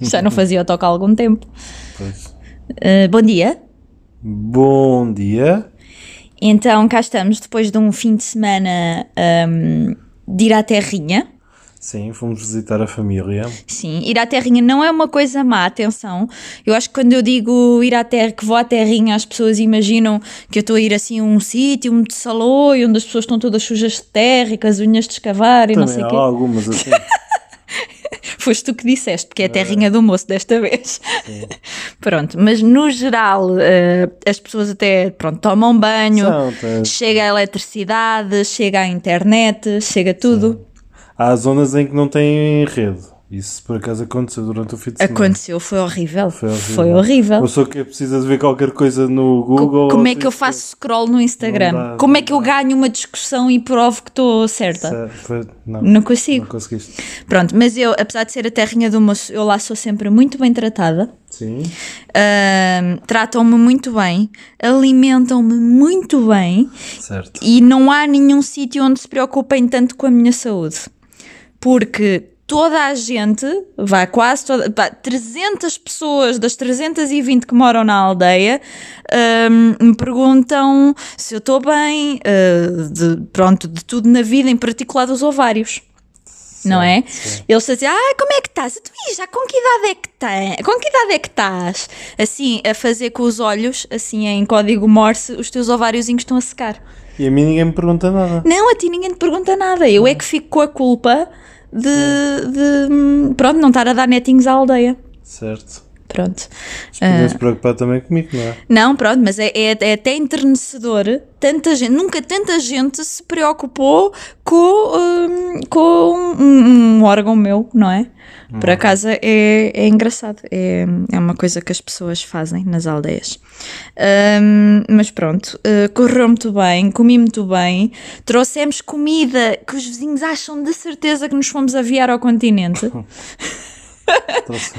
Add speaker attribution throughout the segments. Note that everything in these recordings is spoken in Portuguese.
Speaker 1: Já não fazia o toque há algum tempo.
Speaker 2: Pois.
Speaker 1: Eh, bom dia.
Speaker 2: Bom dia.
Speaker 1: Então cá estamos depois de um fim de semana ahm, de ir à terrinha.
Speaker 2: Sim, fomos visitar a família.
Speaker 1: Sim, ir à terrinha não é uma coisa má, atenção. Eu acho que quando eu digo ir à terra, que vou à terrinha, as pessoas imaginam que eu estou a ir assim a um sítio, um de salão, onde as pessoas estão todas sujas de terra e com as unhas de escavar e não sei
Speaker 2: Também
Speaker 1: é.
Speaker 2: há
Speaker 1: o quê.
Speaker 2: algumas assim.
Speaker 1: Foste tu que disseste, porque é a terrinha do moço desta vez. pronto, mas no geral eh, as pessoas até pronto, tomam banho,
Speaker 2: São, tens-
Speaker 1: chega a eletricidade, chega a internet, chega tudo.
Speaker 2: Há zonas em que não tem rede. Isso por acaso aconteceu durante o fim de semana.
Speaker 1: Aconteceu, foi horrível. Foi
Speaker 2: Foi
Speaker 1: horrível.
Speaker 2: horrível. Ou só que é preciso de ver qualquer coisa no
Speaker 1: Co-
Speaker 2: Google.
Speaker 1: Como é
Speaker 2: ou
Speaker 1: que eu
Speaker 2: se-
Speaker 1: faço scroll no Instagram?
Speaker 2: Não dá,
Speaker 1: Como é
Speaker 2: não
Speaker 1: que eu ganho uma discussão e provo que estou certa?
Speaker 2: se- foi-
Speaker 1: Não
Speaker 2: Não, não
Speaker 1: consigo.
Speaker 2: conseguiste.
Speaker 1: Pronto, mas eu, apesar de ser a terrinha do moço, eu lá sou sempre muito bem tratada.
Speaker 2: Sim.
Speaker 1: Ahm, tratam-me muito bem, alimentam-me muito bem
Speaker 2: Certo.
Speaker 1: e não há nenhum sítio onde se preocupem tanto com a minha saúde. Porque toda a gente, vai quase toda, pá, 300 pessoas das 320 que moram na aldeia hum, me perguntam se eu estou bem, uh, de, pronto, de tudo na vida, em particular dos ovários. Não é? Eles dizem, ah, como é que estás? E Tu, "Ih, já com que idade é que tens? Com que idade é que estás? Assim, a fazer com os olhos, assim em código Morse, os teus ováriozinhos estão a secar.
Speaker 2: E a mim ninguém me pergunta nada.
Speaker 1: Não, a ti ninguém te pergunta nada. Eu é que fico com a culpa de, de, hum, pronto, não estar a dar netinhos à aldeia.
Speaker 2: Certo.
Speaker 1: Pronto. Ah.
Speaker 2: Podiam se preocupar também comigo, não é?
Speaker 1: Não, pronto, mas é, é- é até enternecedor. Tanta gente, nunca tanta gente se preocupou com, hum, com um, um órgão meu, não é? Por acaso é, é engraçado. É, é uma coisa que as pessoas fazem nas aldeias. Hum, mas pronto, eh, correu muito bem, comi muito bem. Trouxemos comida que os vizinhos acham de certeza que nos fomos aviar ao continente.
Speaker 2: Trouxe-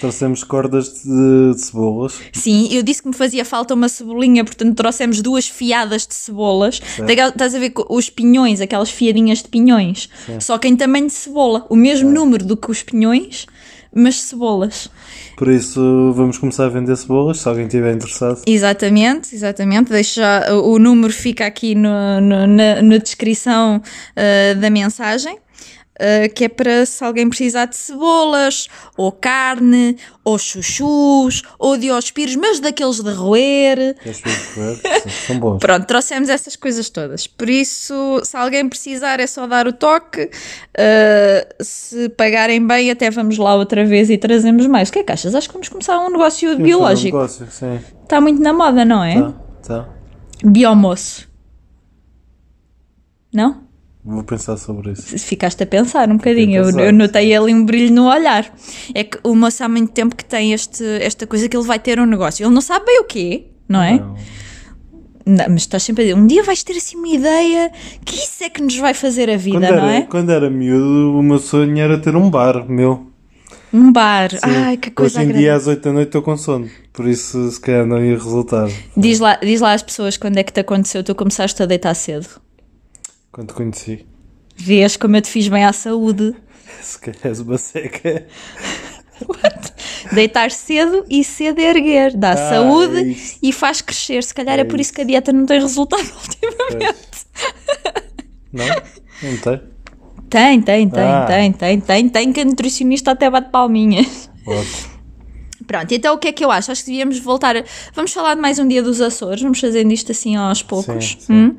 Speaker 2: Trouxemos cordas de, de cebolas.
Speaker 1: Sim, eu disse que me fazia falta uma cebolinha, portanto trouxemos duas fiadas de cebolas. Daquela- Estás a ver co- os pinhões, aquelas fiadinhas de pinhões. Só que em tamanho de cebola. O mesmo número do que os pinhões, mas cebolas.
Speaker 2: Por isso vamos começar a vender cebolas, se alguém estiver interessado.
Speaker 1: Exatamente, exatamente. Deixa o número fica aqui no, no- na, na descrição ah, da mensagem. ah, que é para se alguém precisar de cebolas, ou carne, ou chuchus, ou diospiros, mas daqueles de roer.
Speaker 2: Queres ver o que é? São bons.
Speaker 1: Pronto, trouxemos essas coisas todas. Por isso, se alguém precisar, é só dar o toque. Uh, se pagarem bem, até vamos lá outra vez e trazemos mais. O que é que achas? Acho que vamos começar um negócio
Speaker 2: Temos de fazer um
Speaker 1: biológico.
Speaker 2: negócio, sim.
Speaker 1: Está muito na moda, não é?
Speaker 2: Tá, tá.
Speaker 1: Biomoço. Não?
Speaker 2: Vou pensar sobre isso.
Speaker 1: Ficaste a pensar um bocadinho. Eu,
Speaker 2: pensar.
Speaker 1: eu notei ali um brilho no olhar. É que o moço há muito tempo que tem este, esta coisa que ele vai ter um negócio. Ele não sabe bem o quê, não é?
Speaker 2: Não.
Speaker 1: Não, mas estás sempre a dizer, um dia vais ter assim uma ideia que isso é que nos vai fazer a vida,
Speaker 2: Quando,
Speaker 1: não
Speaker 2: era,
Speaker 1: é?
Speaker 2: quando era miúdo, o meu sonho era ter um bar meu.
Speaker 1: Um bar. Ai,
Speaker 2: Sim.
Speaker 1: que coisa
Speaker 2: Hoje em
Speaker 1: agradável.
Speaker 2: dia, às 8 da noite, estou com sono. Por isso, se calhar, não ia resultar.
Speaker 1: Diz, lá, diz lá às pessoas quando é que te aconteceu, tu começaste a deitar cedo.
Speaker 2: Quando te conheci.
Speaker 1: Vês como eu te fiz bem à saúde.
Speaker 2: Se calhar és uma seca.
Speaker 1: Deitar cedo e cedo é erguer. Dá
Speaker 2: é
Speaker 1: saúde
Speaker 2: isso.
Speaker 1: e faz crescer. Se calhar é,
Speaker 2: É
Speaker 1: por isso que a dieta não tem resultado ultimamente.
Speaker 2: Não? Não tem?
Speaker 1: Tem, tem, tem,
Speaker 2: Ah.
Speaker 1: tem, tem, tem, tem, que a nutricionista até bate palminhas.
Speaker 2: Ótimo.
Speaker 1: Pronto, então o que é que eu acho? Acho que devíamos voltar. a- Vamos falar de mais um dia dos Açores, vamos fazendo isto assim aos poucos.
Speaker 2: sim.
Speaker 1: hum?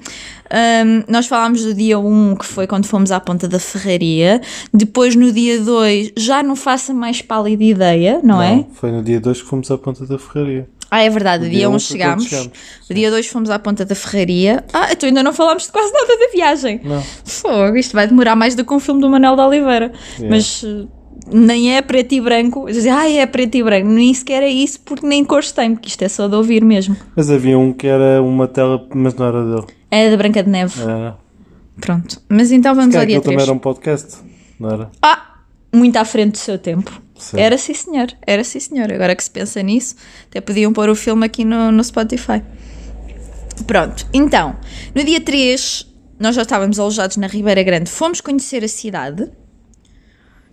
Speaker 1: Ahm, nós falámos do dia 1, que foi quando fomos à Ponta da Ferraria. Depois, no dia 2, já não faça mais pálida ideia, não, é?
Speaker 2: Foi no dia 2 que fomos à Ponta da Ferraria.
Speaker 1: Ah, é verdade, o dia
Speaker 2: dia
Speaker 1: 1
Speaker 2: um foi quando
Speaker 1: chegámos.
Speaker 2: chegámos,
Speaker 1: O dia 2 fomos à Ponta da Ferraria. Ah, então ainda não falámos de quase nada da viagem.
Speaker 2: Não.
Speaker 1: Fogo, isto vai demorar mais do que um filme do Manuel de Oliveira.
Speaker 2: Yeah.
Speaker 1: Mas eh, nem é preto e branco. Dizem, ah, é preto e branco. Nem sequer é isso, porque nem cores tem, porque isto é só de ouvir mesmo.
Speaker 2: Mas havia um que era uma tela, mas não era dele.
Speaker 1: É da Branca de Neve.
Speaker 2: Era.
Speaker 1: Pronto. Mas então vamos
Speaker 2: Que
Speaker 1: ao dia
Speaker 2: aquilo
Speaker 1: 3.
Speaker 2: também era um podcast, não era?
Speaker 1: Ah, muito à frente do seu tempo.
Speaker 2: Sim.
Speaker 1: Era sim, senhor. Era sim, senhor. Agora que se pensa nisso, até podiam pôr o filme aqui no, no Spotify. Pronto, então, no dia 3, nós já estávamos alojados na Ribeira Grande, fomos conhecer a cidade.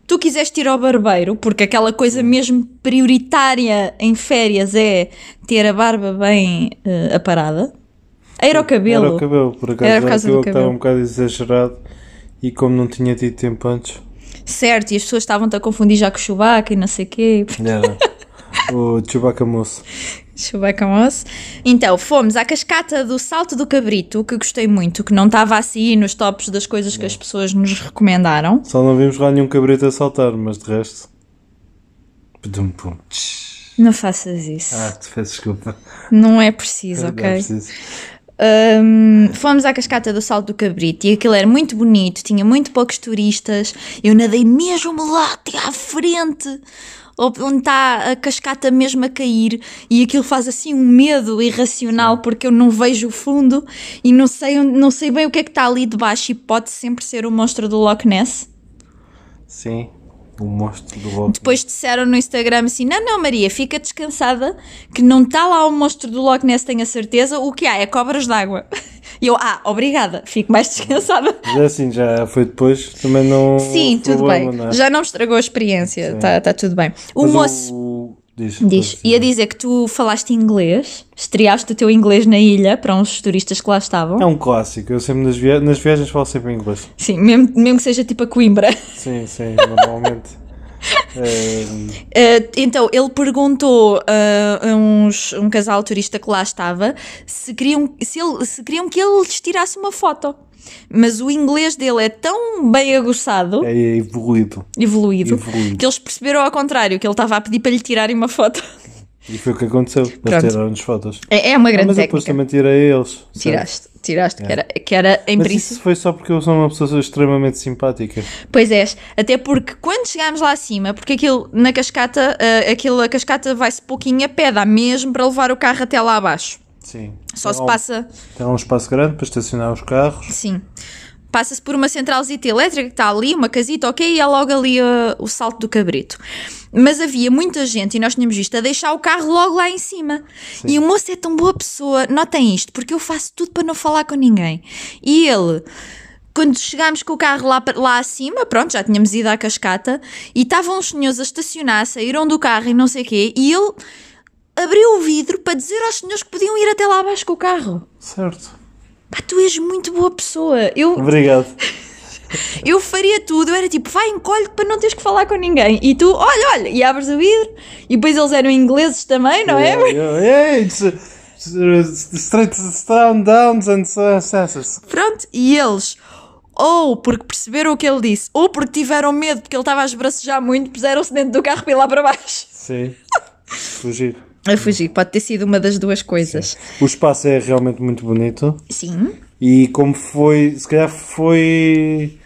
Speaker 1: tu quiseste ir ao barbeiro, porque aquela coisa mesmo prioritária em férias é ter a barba bem eh, aparada, era o cabelo.
Speaker 2: Era o cabelo, por acaso.
Speaker 1: Era por
Speaker 2: o
Speaker 1: causa do
Speaker 2: cabelo que estava
Speaker 1: cabelo.
Speaker 2: um bocado exagerado e como não tinha tido tempo antes.
Speaker 1: Certo, e as pessoas estavam-te a confundir já com o Chewbacca e não sei o quê.
Speaker 2: Era o Chewbacca moço.
Speaker 1: Chewbacca moço. Então, fomos à cascata do Salto do Cabrito, que gostei muito, que não estava assim nos tops das coisas que as pessoas nos recomendaram.
Speaker 2: Só não vimos lá nenhum cabrito a saltar, mas de resto. Pum, pum.
Speaker 1: Não faças isso.
Speaker 2: Ah, te peço desculpa.
Speaker 1: Não é preciso,
Speaker 2: Não
Speaker 1: ok?
Speaker 2: preciso.
Speaker 1: Hum, fomos à cascata do Salto do Cabrito e aquilo era muito bonito, tinha muito poucos turistas. Eu nadei mesmo lá até à frente, onde está a cascata mesmo a cair, e aquilo faz assim um medo irracional porque eu não vejo o fundo e não sei, onde- não sei bem o que é que está ali debaixo. E pode sempre ser o monstro do Loch Ness.
Speaker 2: Sim, o monstro do Loki.
Speaker 1: Depois disseram no Instagram assim: não, não, Maria, fica descansada, que não está lá o monstro do Loch Ness, tenho a certeza. O que há é cobras d'água. E eu, ah, obrigada, fico mais descansada.
Speaker 2: Mas é assim, já foi depois, também não.
Speaker 1: Sim,
Speaker 2: foi
Speaker 1: tudo
Speaker 2: problema,
Speaker 1: bem.
Speaker 2: não é?
Speaker 1: Já não me estragou a experiência, está tá tudo bem. O
Speaker 2: Mas
Speaker 1: moço
Speaker 2: o- Diz.
Speaker 1: diz:
Speaker 2: pode
Speaker 1: ia
Speaker 2: dizer.
Speaker 1: dizer que tu falaste inglês, estreaste o teu inglês na ilha para uns turistas que lá estavam.
Speaker 2: É um clássico, eu sempre nas, via... nas viagens falo sempre em inglês.
Speaker 1: Sim, mesmo, mesmo que seja tipo a Coimbra.
Speaker 2: Sim, sim, normalmente. É,
Speaker 1: Eh, então, ele perguntou eh, a uns, um casal turista que lá estava se queriam, se, ele- se queriam que ele lhes tirasse uma foto. Mas o inglês dele é tão bem aguçado,
Speaker 2: é evoluído.
Speaker 1: evoluído,
Speaker 2: evoluído.
Speaker 1: que eles perceberam ao contrário, que ele estava a pedir para lhe tirarem uma foto.
Speaker 2: E foi o que aconteceu.
Speaker 1: Pronto.
Speaker 2: Eles tiraram-nos fotos.
Speaker 1: É, é uma
Speaker 2: Ah,
Speaker 1: grande
Speaker 2: mas eu depois
Speaker 1: técnica.
Speaker 2: também tirei a eles. certo?
Speaker 1: Tiraste, tiraste, que, era, que era em
Speaker 2: Mas
Speaker 1: princípio.
Speaker 2: isso foi só porque eu sou uma pessoa extremamente simpática.
Speaker 1: Pois és, até porque quando chegámos lá acima, porque aquilo na cascata, eh, aquilo, a cascata vai-se pouquinho a pé, dá mesmo para levar o carro até lá abaixo.
Speaker 2: Sim.
Speaker 1: Só
Speaker 2: Tem
Speaker 1: se
Speaker 2: lá um-
Speaker 1: passa.
Speaker 2: Tem lá um espaço grande para estacionar os carros.
Speaker 1: Sim. Passa-se por uma centralzita elétrica que está ali, uma casita, ok, e é logo ali uh, o salto do cabrito. Mas havia muita gente, e nós tínhamos visto, a deixar o carro logo lá em cima. E o moço é tão boa pessoa, notem isto, porque eu faço tudo para não falar com ninguém. E ele, quando chegámos com o carro lá, para- lá acima, pronto, já tínhamos ido à cascata, e estavam os senhores a estacionar, saíram do carro e não sei o quê, e ele abriu o vidro para dizer aos senhores que podiam ir até lá abaixo com o carro.
Speaker 2: Certo.
Speaker 1: Pá, tu és muito boa pessoa. Eu,
Speaker 2: Obrigado.
Speaker 1: eu faria tudo, eu era tipo, vai, encolhe para não teres que falar com ninguém. E tu, olha, olha, e abres o vidro, e depois eles eram ingleses também, não é?
Speaker 2: Ei, straight down, downs and successes.
Speaker 1: Pronto, e eles, ou porque perceberam o que ele disse, ou porque tiveram medo, porque ele estava a esbracejar muito, puseram-se dentro do carro para ir lá para baixo.
Speaker 2: Sim. Fugir.
Speaker 1: A fugir, pode ter sido uma das duas coisas.
Speaker 2: O espaço é realmente muito bonito.
Speaker 1: Sim.
Speaker 2: E como foi, se calhar foi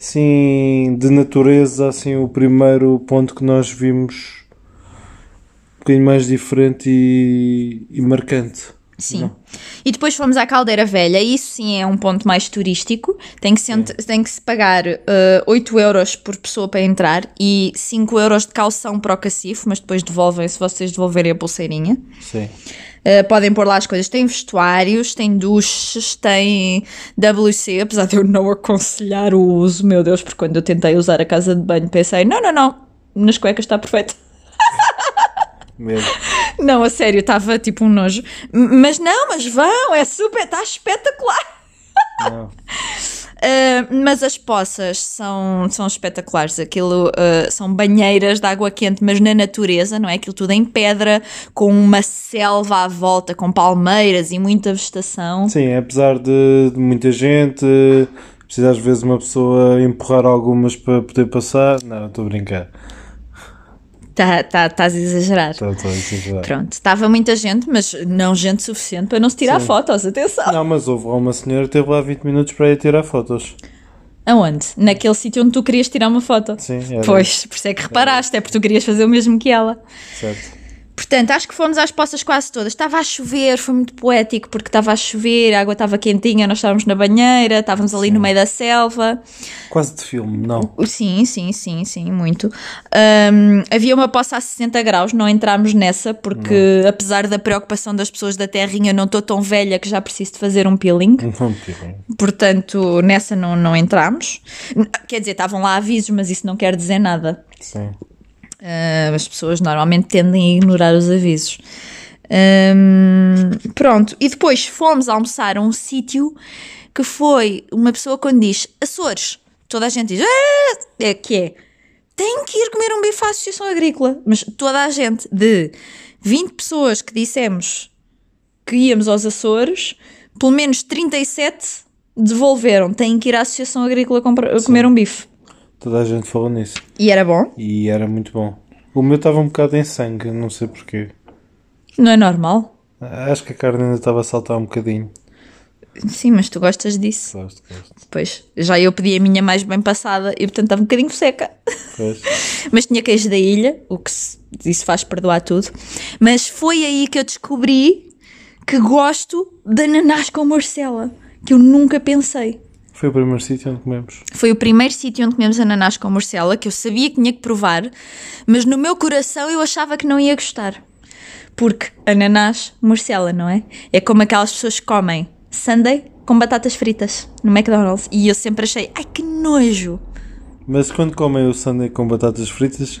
Speaker 2: assim, de natureza, assim, o primeiro ponto que nós vimos um bocadinho mais diferente e, e marcante.
Speaker 1: Sim. E depois fomos à Caldeira Velha, e isso sim é um ponto mais turístico. Tem que se, ent- tem que se pagar eh, 8 euros por pessoa para entrar e 5 euros de calção para o cacifo, mas depois devolvem se vocês devolverem a pulseirinha.
Speaker 2: Sim.
Speaker 1: Eh, podem pôr lá as coisas. Tem vestuários, tem duches, tem WC, apesar de eu não aconselhar o uso, meu Deus, porque quando eu tentei usar a casa de banho pensei: não, não, não, nas cuecas está perfeito.
Speaker 2: Mesmo.
Speaker 1: Não, a sério, estava tipo um nojo. M- Mas não, mas vão, é super, está espetacular.
Speaker 2: Não.
Speaker 1: Ah, mas as poças são, são espetaculares. Aquilo ah, são banheiras de água quente, mas na natureza, não é? Aquilo tudo em pedra, com uma selva à volta, com palmeiras e muita vegetação.
Speaker 2: Sim, apesar de, de muita gente, precisa às vezes uma pessoa empurrar algumas para poder passar. Não, estou a brincar.
Speaker 1: Tá, tá, estás a exagerar.
Speaker 2: Estou, estou a exagerar.
Speaker 1: Pronto, estava muita gente, mas não gente suficiente para não se tirar fotos. Atenção!
Speaker 2: Não, mas houve lá uma senhora que teve lá 20 minutos para ir tirar fotos.
Speaker 1: Aonde? Naquele sítio onde tu querias tirar uma foto.
Speaker 2: Sim, era.
Speaker 1: Pois, por isso é que reparaste, é porque tu querias fazer o mesmo que ela.
Speaker 2: Certo.
Speaker 1: Portanto, acho que fomos às poças quase todas. Estava a chover, foi muito poético, porque estava a chover, a água estava quentinha, nós estávamos na banheira, estávamos ali no meio da selva.
Speaker 2: Quase de filme, não.
Speaker 1: Sim, sim, sim, sim, muito. Ahm, havia uma poça a 60 graus, não entrámos nessa, porque apesar da preocupação das pessoas da terrinha, eu não estou tão velha que já preciso de fazer um peeling.
Speaker 2: Não tive.
Speaker 1: Portanto, nessa não, não entrámos. N- Quer dizer, estavam lá avisos, mas isso não quer dizer nada.
Speaker 2: Sim.
Speaker 1: Ah, as pessoas normalmente tendem a ignorar os avisos. Hum, pronto, e depois fomos almoçar a um sítio que foi uma pessoa quando diz Açores, toda a gente diz "Ah!" é que é tem que ir comer um bife à Associação Agrícola, mas toda a gente de 20 pessoas que dissemos que íamos aos Açores, pelo menos 37 devolveram, têm que ir à Associação Agrícola comprar- comer um bife.
Speaker 2: Toda a gente falou nisso.
Speaker 1: E era bom,
Speaker 2: E era muito bom. O meu estava um bocado em sangue, não sei porquê.
Speaker 1: não é normal?
Speaker 2: Acho que a carne ainda estava a saltar um bocadinho.
Speaker 1: Sim, mas tu gostas disso.
Speaker 2: Gosto, gosto.
Speaker 1: Pois, já eu pedi a minha mais bem passada e portanto estava um bocadinho seca.
Speaker 2: Pois.
Speaker 1: Mas tinha queijo da ilha, o que se- isso faz perdoar tudo. Mas foi aí que eu descobri que gosto de ananás com morcela, que eu nunca pensei.
Speaker 2: Foi o primeiro sítio onde comemos.
Speaker 1: Foi o primeiro sítio onde comemos ananás com morcela, que eu sabia que tinha que provar, mas no meu coração eu achava que não ia gostar. Porque ananás, morcela, não é? É como aquelas pessoas que comem sundae com batatas fritas no McDonald's. E eu sempre achei, ai que nojo!
Speaker 2: Mas quando comem o sundae com batatas fritas,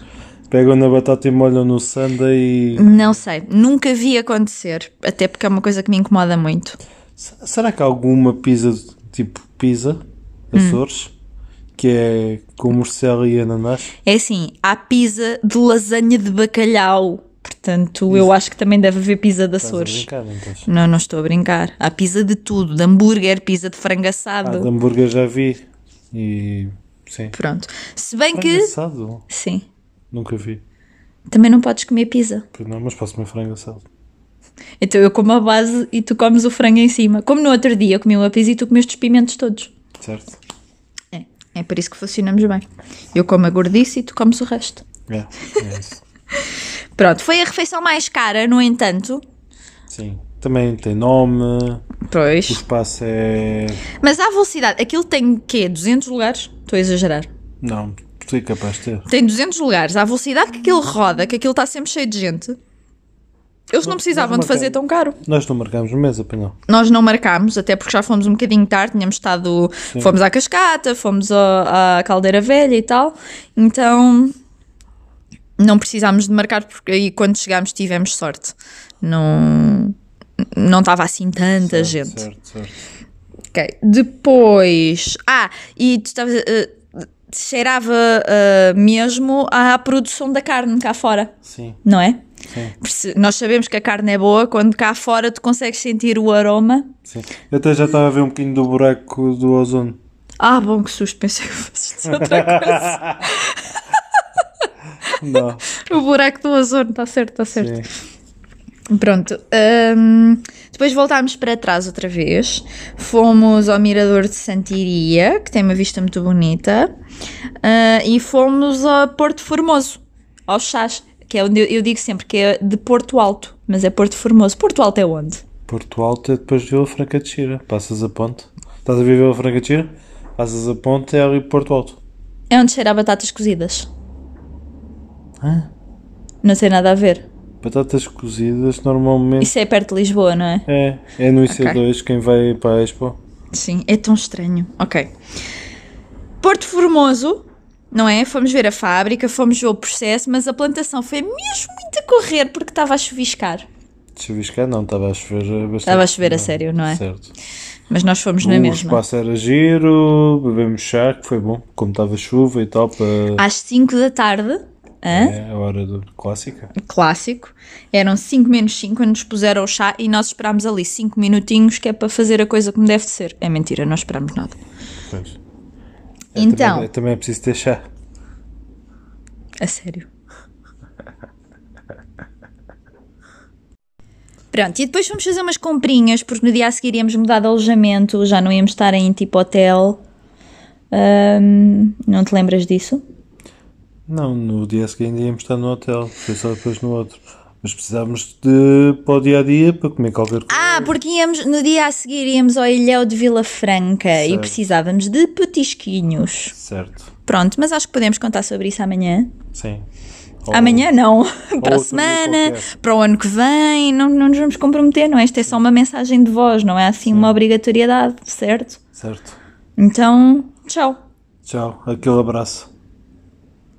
Speaker 2: pegam na batata e molham no sundae e...
Speaker 1: Não sei, nunca vi acontecer, até porque é uma coisa que me incomoda muito.
Speaker 2: S- Será que há alguma pizza, tipo pizza, Açores,
Speaker 1: Hum.
Speaker 2: que é com morcela e ananás?
Speaker 1: É assim, há pizza de lasanha de bacalhau, portanto eu acho que também deve haver pizza de
Speaker 2: Estás a
Speaker 1: Açores.
Speaker 2: brincar, não estás?
Speaker 1: Não, não estou a brincar. Há pizza de tudo, de hambúrguer, pizza de frango
Speaker 2: Ah,
Speaker 1: assado.
Speaker 2: de hambúrguer já vi. E... sim.
Speaker 1: Pronto. Se bem
Speaker 2: Frango
Speaker 1: que.
Speaker 2: assado?
Speaker 1: Sim.
Speaker 2: Nunca vi.
Speaker 1: Também não podes comer pizza.
Speaker 2: Pois Não, mas posso comer frango assado.
Speaker 1: Então eu como a base e tu comes o frango em cima. Como no outro dia eu comi uma pizza e tu comeste os pimentos todos.
Speaker 2: Certo?
Speaker 1: É. É por isso que funcionamos bem. Eu como a gordice e tu comes o resto.
Speaker 2: É, é isso.
Speaker 1: Pronto. Foi a refeição mais cara, no entanto.
Speaker 2: Sim. Também tem nome, o
Speaker 1: Pois.
Speaker 2: espaço é.
Speaker 1: Mas à velocidade, aquilo tem quê? 200 lugares? Estou a exagerar.
Speaker 2: Não, tu é capaz de ter.
Speaker 1: Tem 200 lugares. À velocidade que aquilo roda, que aquilo está sempre cheio de gente. Eles não precisavam de
Speaker 2: marcar-
Speaker 1: fazer tão caro.
Speaker 2: Nós não marcámos mesa, apanhou.
Speaker 1: Nós não marcámos, até porque já fomos um bocadinho tarde, tínhamos estado. Fomos à Cascata, fomos ao- à Caldeira Velha e tal, então não precisámos de marcar, porque aí quando chegámos tivemos sorte. Não. Não estava assim tanta gente.
Speaker 2: Certo, certo.
Speaker 1: Ok. Depois. Ah, e tu estavas. eh, cheirava eh, mesmo à produção da carne cá fora,
Speaker 2: Sim,
Speaker 1: não é?
Speaker 2: sim,
Speaker 1: Perce- Nós sabemos que a carne é boa quando cá fora tu consegues sentir o aroma.
Speaker 2: sim. Eu até já estava a ver um bocadinho do buraco do ozono.
Speaker 1: Ah, bom, que susto, pensei que fosse dizer outra coisa.
Speaker 2: Não,
Speaker 1: o buraco do ozono, está certo, está certo.
Speaker 2: sim.
Speaker 1: Pronto. hum, depois voltámos para trás outra vez. Fomos ao Mirador de Santiria, que tem uma vista muito bonita. ah, e fomos a Porto Formoso, ao Chás, que é onde eu, eu digo sempre que é de Porto Alto, mas é Porto Formoso. Porto Alto é onde?
Speaker 2: Porto Alto é depois de Vila Franca de Xira. Passas a ponte. Estás a ver Vila Franca de Xira? Passas a ponte, é ali Porto Alto.
Speaker 1: É onde cheira a batatas cozidas. Não tem nada a ver.
Speaker 2: Batatas cozidas normalmente
Speaker 1: Isso é perto de Lisboa, não é?
Speaker 2: é, é no IC2 quem vai para a Expo.
Speaker 1: Sim, é tão estranho. Ok. Porto Formoso, não é? Fomos ver a fábrica, fomos ver o processo, mas a plantação foi mesmo muito a correr porque estava a chuviscar.
Speaker 2: Chaviscar não, estava a chover eh, bastante.
Speaker 1: Estava a chover a sério, não é?
Speaker 2: Certo.
Speaker 1: Mas nós fomos
Speaker 2: O
Speaker 1: na mesma.
Speaker 2: espaço era giro, bebemos chá, que foi bom, como estava chuva e tal, para
Speaker 1: Às 5 da tarde, hã?
Speaker 2: é, a hora do clássica.
Speaker 1: clássico, eram 5 menos 5 quando nos puseram o chá e nós esperámos ali 5 minutinhos que é para fazer a coisa como deve de ser. É mentira, não esperámos nada.
Speaker 2: Pois. É,
Speaker 1: Então,
Speaker 2: Também, também é preciso ter chá.
Speaker 1: A É sério. Pronto, e depois fomos fazer umas comprinhas, porque no dia a seguir íamos mudar de alojamento, já não íamos estar em tipo hotel. Ahm, não te lembras disso?
Speaker 2: Não, no dia seguinte íamos estar no hotel, foi só depois no outro. Mas precisávamos de para o dia a dia para comer qualquer coisa.
Speaker 1: Ah, porque íamos, no dia a seguir íamos ao Ilhéu de Vila Franca e
Speaker 2: Certo.
Speaker 1: precisávamos de petisquinhos.
Speaker 2: Certo.
Speaker 1: Pronto, mas acho que podemos contar sobre isso amanhã.
Speaker 2: Sim.
Speaker 1: Amanhã não, para a
Speaker 2: outro dia
Speaker 1: semana,
Speaker 2: qualquer.
Speaker 1: para o ano que vem, não, não nos vamos comprometer, não é? Isto é só uma mensagem de voz, não é assim uma obrigatoriedade, certo?
Speaker 2: Certo.
Speaker 1: Então, tchau.
Speaker 2: Tchau. Aquele abraço.